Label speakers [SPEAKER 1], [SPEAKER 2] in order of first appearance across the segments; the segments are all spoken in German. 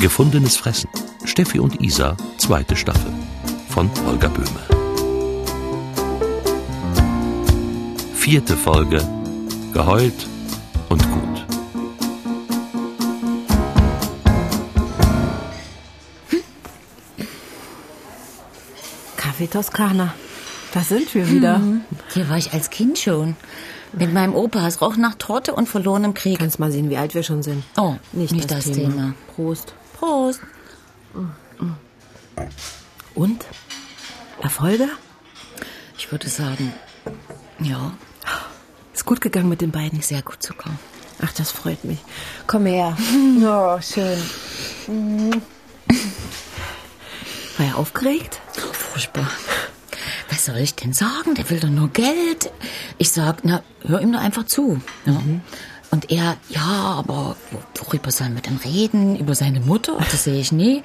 [SPEAKER 1] Gefundenes Fressen. Steffi und Isa, zweite Staffel. Von Holger Böhme. Vierte Folge. Geheult und gut.
[SPEAKER 2] Kaffee Toskana. Da sind wir wieder.
[SPEAKER 3] Mhm. Hier war ich als Kind schon. Mit meinem Opa. Es roch nach Torte und verlorenem Krieg.
[SPEAKER 2] Kannst mal sehen, wie alt wir schon sind.
[SPEAKER 3] Oh, nicht das Thema.
[SPEAKER 2] Prost.
[SPEAKER 3] Prost.
[SPEAKER 2] Und? Erfolge?
[SPEAKER 3] Ich würde sagen, ja,
[SPEAKER 2] Ist gut gegangen mit den beiden.
[SPEAKER 3] sehr gut sogar.
[SPEAKER 2] Ach, das freut mich. Komm her. Oh, schön. War er aufgeregt?
[SPEAKER 3] Oh, Furchtbar. Was soll ich denn sagen? Der will doch nur Geld. Ich sag, na, hör ihm doch einfach zu. Ja.
[SPEAKER 2] Mhm.
[SPEAKER 3] Und er, ja, aber worüber sollen wir denn reden? Über seine Mutter? Das sehe ich nie.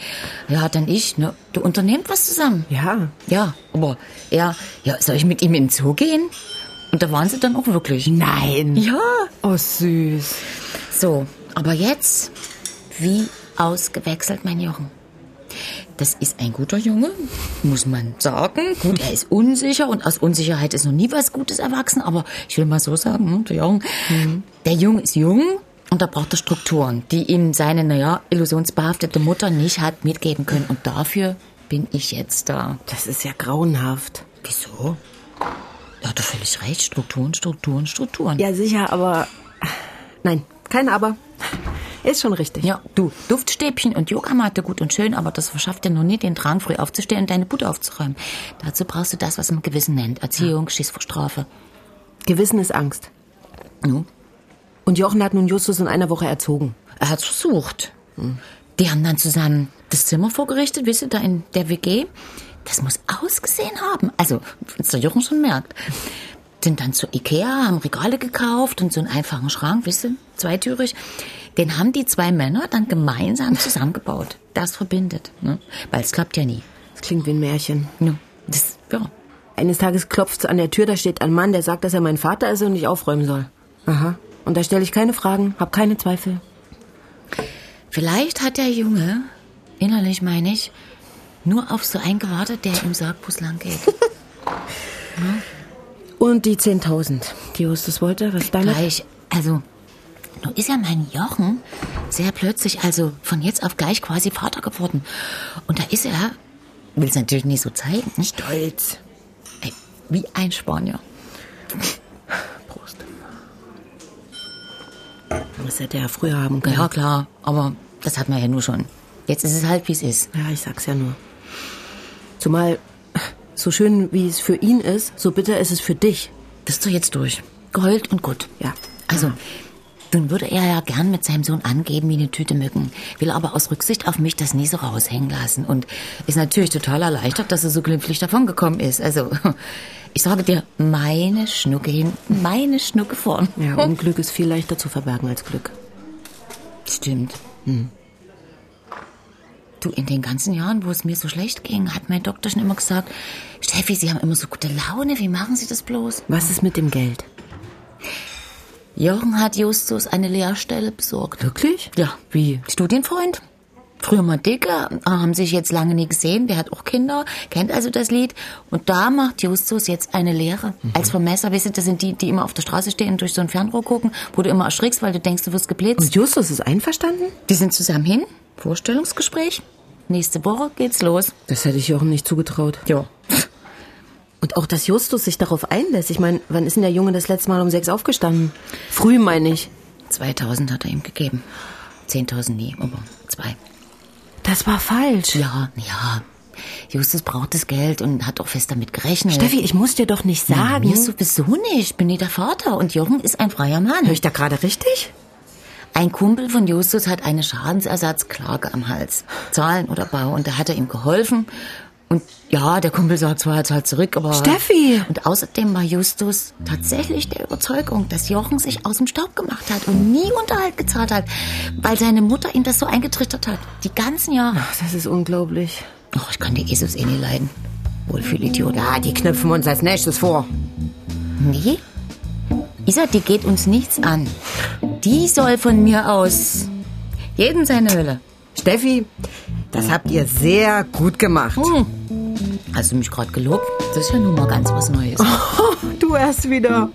[SPEAKER 3] Ja, dann ich, ne? Du unternehmt was zusammen.
[SPEAKER 2] Ja.
[SPEAKER 3] Ja, aber er, ja, soll ich mit ihm in den Zoo gehen? Und da waren sie dann auch wirklich.
[SPEAKER 2] Nein.
[SPEAKER 3] Ja.
[SPEAKER 2] Oh, süß.
[SPEAKER 3] So, aber jetzt, wie ausgewechselt mein Jochen. Das ist ein guter Junge, muss man sagen. Gut, er ist unsicher und aus Unsicherheit ist noch nie was Gutes erwachsen, aber ich will mal so sagen, hm, der Junge, der Junge ist jung und da braucht er Strukturen, die ihm seine, naja, illusionsbehaftete Mutter nicht hat mitgeben können. Und dafür bin ich jetzt da.
[SPEAKER 2] Das ist ja grauenhaft.
[SPEAKER 3] Wieso? Ja, du völlig recht. Strukturen, Strukturen, Strukturen.
[SPEAKER 2] Ja, sicher, aber. Nein, kein Aber. Ist schon richtig.
[SPEAKER 3] Ja, du, Duftstäbchen und Yogamatte, gut und schön, aber das verschafft dir noch nie den Drang, früh aufzustehen und deine Bude aufzuräumen. Dazu brauchst du das, was man Gewissen nennt. Erziehung, Schiss vor Strafe.
[SPEAKER 2] Gewissen ist Angst.
[SPEAKER 3] Nu,
[SPEAKER 2] Und Jochen hat nun Justus in einer Woche erzogen.
[SPEAKER 3] er hat's versucht. Hm. Die haben dann zusammen das Zimmer vorgerichtet, wisst ihr, da in der WG. Das muss ausgesehen haben. Also, wenn's der Jochen schon merkt. Sind dann zu Ikea, haben Regale gekauft und so einen einfachen Schrank, wisst ihr, zweitürig. Den haben die zwei Männer dann gemeinsam zusammengebaut. Das verbindet, ne? Weil es klappt ja nie.
[SPEAKER 2] Das klingt wie ein Märchen.
[SPEAKER 3] Ja, das, ja.
[SPEAKER 2] Eines Tages klopft's an der Tür, da steht ein Mann, der sagt, dass er mein Vater ist und ich aufräumen soll. Aha. Und da stelle ich keine Fragen, hab keine Zweifel.
[SPEAKER 3] Vielleicht hat der Junge, innerlich meine ich, nur auf so einen gewartet, der im Sargbus lang geht.
[SPEAKER 2] Und die 10.000, die Justus wollte, was damit?
[SPEAKER 3] Gleich, also, nun ist ja mein Jochen sehr plötzlich, also von jetzt auf gleich quasi Vater geworden. Und da ist er, will es natürlich nicht so zeigen, nicht?
[SPEAKER 2] Stolz.
[SPEAKER 3] Ey, wie ein Spanier.
[SPEAKER 2] Prost. Das hätte er früher haben können.
[SPEAKER 3] Ja, klar, aber das hat man ja nur schon. Jetzt ist es halt, wie es ist.
[SPEAKER 2] Ja, ich sag's ja nur. Zumal, so schön wie es für ihn ist, so bitter ist es für dich.
[SPEAKER 3] Das ist doch jetzt durch. Geheult und gut.
[SPEAKER 2] Ja.
[SPEAKER 3] Also, nun würde er ja gern mit seinem Sohn angeben wie eine Tüte Mücken, will aber aus Rücksicht auf mich das nie so raushängen lassen und ist natürlich total erleichtert, dass er so glimpflich davongekommen ist. Also, ich sage dir, meine Schnucke hinten, meine Schnucke vorn.
[SPEAKER 2] Ja, Unglück ist viel leichter zu verbergen als Glück.
[SPEAKER 3] Stimmt. Hm. Du, in den ganzen Jahren, wo es mir so schlecht ging, hat mein Doktor schon immer gesagt, Steffi, Sie haben immer so gute Laune, wie machen Sie das bloß?
[SPEAKER 2] Was ist mit dem Geld?
[SPEAKER 3] Jochen hat Justus eine Lehrstelle besorgt.
[SPEAKER 2] Wirklich?
[SPEAKER 3] Ja.
[SPEAKER 2] Wie?
[SPEAKER 3] Studienfreund. Früher mal dicker, äh, haben sich jetzt lange nie gesehen. Der hat auch Kinder, kennt also das Lied. Und da macht Justus jetzt eine Lehre. Als Vermesser, wisst ihr, das sind die, die immer auf der Straße stehen und durch so ein Fernrohr gucken, wo du immer erschrickst, weil du denkst, du wirst geblitzt.
[SPEAKER 2] Und Justus ist einverstanden?
[SPEAKER 3] Die sind zusammen hin, Vorstellungsgespräch. Nächste Woche geht's los.
[SPEAKER 2] Das hätte ich Jochen nicht zugetraut.
[SPEAKER 3] Ja.
[SPEAKER 2] Und auch, dass Justus sich darauf einlässt. Ich meine, wann ist denn der Junge das letzte Mal um sechs aufgestanden? Früh, meine ich.
[SPEAKER 3] 2000 hat er ihm gegeben. 10.000 nie, aber zwei.
[SPEAKER 2] Das war falsch.
[SPEAKER 3] Ja, ja. Justus braucht das Geld und hat auch fest damit gerechnet.
[SPEAKER 2] Steffi, ich muss dir doch nicht
[SPEAKER 3] Nein,
[SPEAKER 2] sagen.
[SPEAKER 3] Mir sowieso nicht. Ich bin nie der Vater und Jochen ist ein freier Mann.
[SPEAKER 2] Höre ich da gerade richtig?
[SPEAKER 3] Ein Kumpel von Justus hat eine Schadensersatzklage am Hals. Zahlen oder Bau. Und da hat er ihm geholfen. Und ja, der Kumpel sagt zwar jetzt halt zurück, aber...
[SPEAKER 2] Steffi!
[SPEAKER 3] Und außerdem war Justus tatsächlich der Überzeugung, dass Jochen sich aus dem Staub gemacht hat und nie Unterhalt gezahlt hat, weil seine Mutter ihm das so eingetrichtert hat. Die ganzen Jahre.
[SPEAKER 2] Ach, das ist unglaublich.
[SPEAKER 3] Ach, ich kann die Jesus eh nie leiden. Wohlfühlidiot.
[SPEAKER 2] Ja, die knüpfen uns als nächstes vor.
[SPEAKER 3] Ah, Nee. Isa, die geht uns nichts an. Die soll von mir aus jeden seine Hölle.
[SPEAKER 2] Steffi, das habt ihr sehr gut gemacht.
[SPEAKER 3] Oh, Hast du mich gerade gelobt? Das ist ja nun mal ganz was Neues.
[SPEAKER 4] Du erst wieder.